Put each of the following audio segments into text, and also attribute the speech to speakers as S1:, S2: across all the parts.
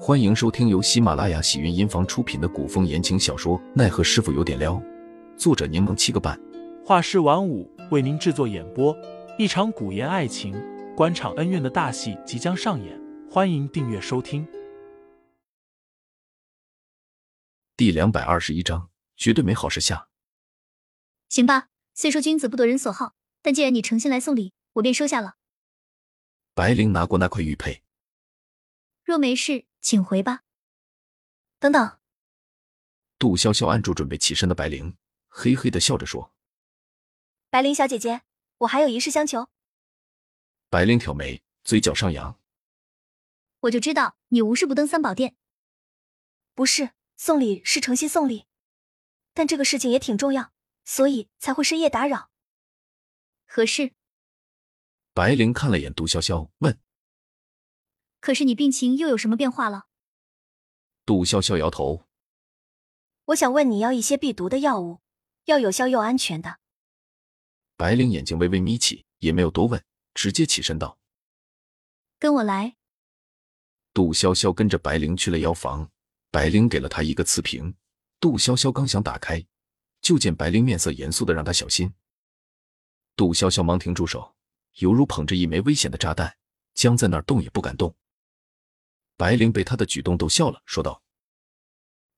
S1: 欢迎收听由喜马拉雅喜云音房出品的古风言情小说《奈何师傅有点撩》，作者柠檬七个半，
S2: 画师晚舞为您制作演播。一场古言爱情、官场恩怨的大戏即将上演，欢迎订阅收听。
S1: 第两百二十一章，绝对没好事下。
S3: 行吧，虽说君子不夺人所好，但既然你诚心来送礼，我便收下了。
S1: 白灵拿过那块玉佩，
S3: 若没事，请回吧。等等，
S1: 杜潇潇按住准备起身的白灵，嘿嘿的笑着说
S4: 白灵小姐姐，我还有一事相求。：“
S1: 白灵挑眉，嘴角上扬。
S3: 我就知道你无事不登三宝殿。
S4: 不是送礼，是诚心送礼，但这个事情也挺重要，所以才会深夜打扰。
S3: 何事？”
S1: 白灵看了眼杜潇潇，问
S3: 可是你病情又有什么变化了？
S1: 杜潇潇摇头。
S4: 我想问你要一些避毒的药物，要有效又安全的。
S1: 白灵眼睛微微眯起，也没有多问，直接起身道。
S3: 跟我来。
S1: 杜潇潇跟着白灵去了药房，白灵给了她一个瓷瓶，杜潇潇刚想打开，就见白灵面色严肃的让她小心。杜潇潇忙停住手，犹如捧着一枚危险的炸弹，僵在那儿动也不敢动。白灵被她的举动逗笑了，说道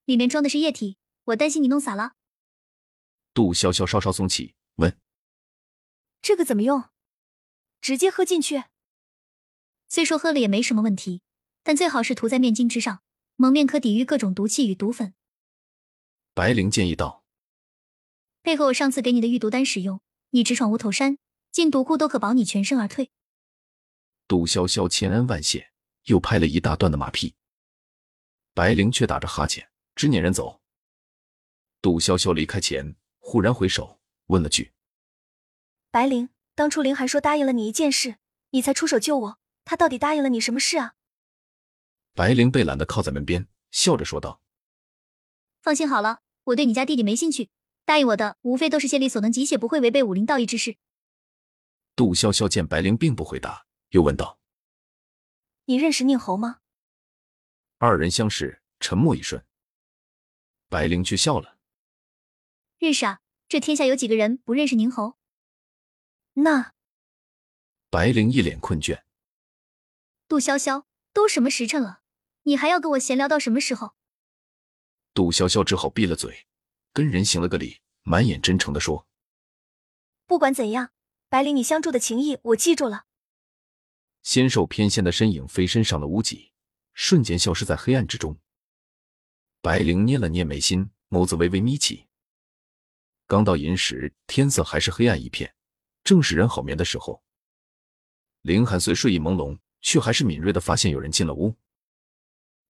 S3: 里面装的是液体，我担心你弄洒了。：“
S1: 杜潇潇稍稍松起，问
S4: 这个怎么用？直接喝进去？
S3: 虽说喝了也没什么问题，但最好是涂在面巾之上，蒙面可抵御各种毒气与毒粉。
S1: 白灵建议道
S3: 配合我上次给你的御毒丹使用，你直闯无头山，进毒库都可保你全身而退。：‘
S1: 杜潇潇千恩万谢，又拍了一大段的马屁。’白灵却打着哈欠，直撵人走。杜潇潇离开前，忽然回首，问了句。”
S4: 白灵，当初灵还说答应了你一件事，你才出手救我，他到底答应了你什么事啊？
S1: 白灵被懒得靠在门边，笑着说道
S3: 放心好了，我对你家弟弟没兴趣，答应我的无非都是竭力所能及，且不会违背武林道义之事。：“
S1: 杜潇潇见白灵并不回答，又问道
S4: 你认识宁侯吗？：‘
S1: 二人相视，沉默一瞬。’白灵却笑了。
S3: 认识啊，这天下有几个人不认识宁侯？
S4: 那
S1: 白灵一脸困倦。
S3: 杜潇潇，都什么时辰了，你还要跟我闲聊到什么时候？
S1: 杜潇潇只好闭了嘴，跟人行了个礼，满眼真诚地说
S4: 不管怎样，白灵你相助的情谊我记住了。：‘
S1: 仙兽翩跹的身影飞身上了屋脊，瞬间消失在黑暗之中。’白灵捏了捏眉心，眸子微微眯起。刚到寅时，天色还是黑暗一片，正是人好眠的时候。林寒虽睡意朦胧，却还是敏锐的发现有人进了屋。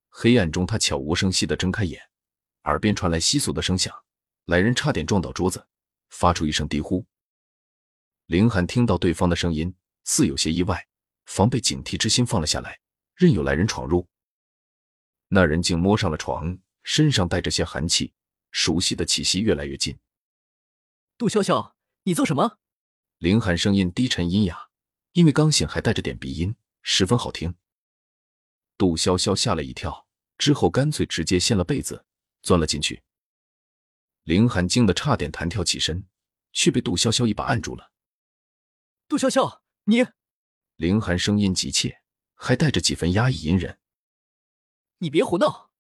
S1: 黑暗中，他悄无声息的睁开眼，耳边传来窸窣的声响，来人差点撞倒桌子，发出一声低呼。林寒听到对方的声音，似有些意外，防备警惕之心放了下来，任由来人闯入。那人竟摸上了床，身上带着些寒气，熟悉的气息越来越近。
S5: 杜潇潇，你做什么？
S1: 林寒声音低沉阴哑，因为刚醒还带着点鼻音，十分好听。杜潇潇吓了一跳，之后干脆直接掀了被子，钻了进去。林寒惊得差点弹跳起身，却被杜潇潇一把按住了。
S5: 杜潇潇，你
S1: 林寒声音急切，还带着几分压抑隐忍。
S5: 你别胡闹！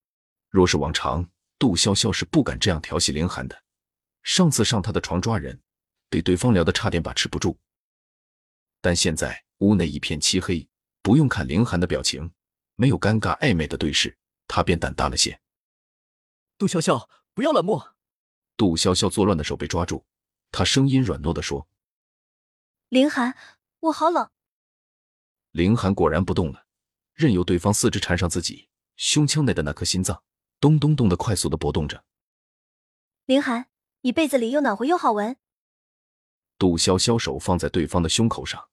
S1: 若是往常，杜潇潇是不敢这样调戏林寒的。上次上他的床抓人，被对方聊得差点把持不住。但现在屋内一片漆黑，不用看林寒的表情，没有尴尬暧昧的对视，他便胆大了些。
S5: 杜潇潇，不要乱摸！
S1: 杜潇潇作乱的手被抓住，她声音软糯地说
S4: 林寒，我好冷，：“
S1: 林寒果然不动了，任由对方四肢缠上自己，胸腔内的那颗心脏咚咚咚的快速的搏动着。”
S4: 林寒，你被子里又暖和又好闻。
S1: 杜潇潇手放在对方的胸口上，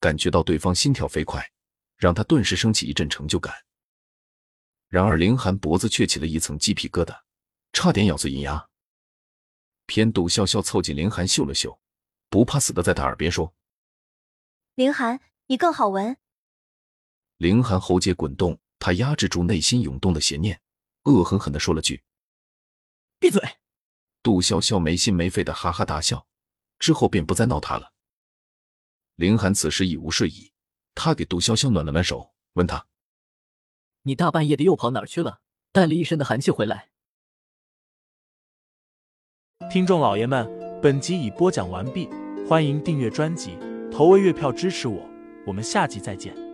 S1: 感觉到对方心跳飞快，让他顿时升起一阵成就感。然而，凌寒脖子却起了一层鸡皮疙瘩，差点咬碎银牙。偏杜潇潇凑近凌寒嗅了嗅，不怕死的在他耳边说
S4: 林寒，你更好闻。：“
S1: 凌寒喉结滚动，他压制住内心涌动的邪念，恶狠狠地说了句
S5: 闭嘴！
S1: 杜潇潇没心没肺的哈哈大笑，之后便不再闹他了。凌寒此时已无睡意，他给杜潇潇暖了暖手，问他
S5: 你大半夜的又跑哪儿去了？带了一身的寒气回来。
S2: 听众老爷们，本集已播讲完毕，欢迎订阅专辑，投喂月票支持我，我们下集再见。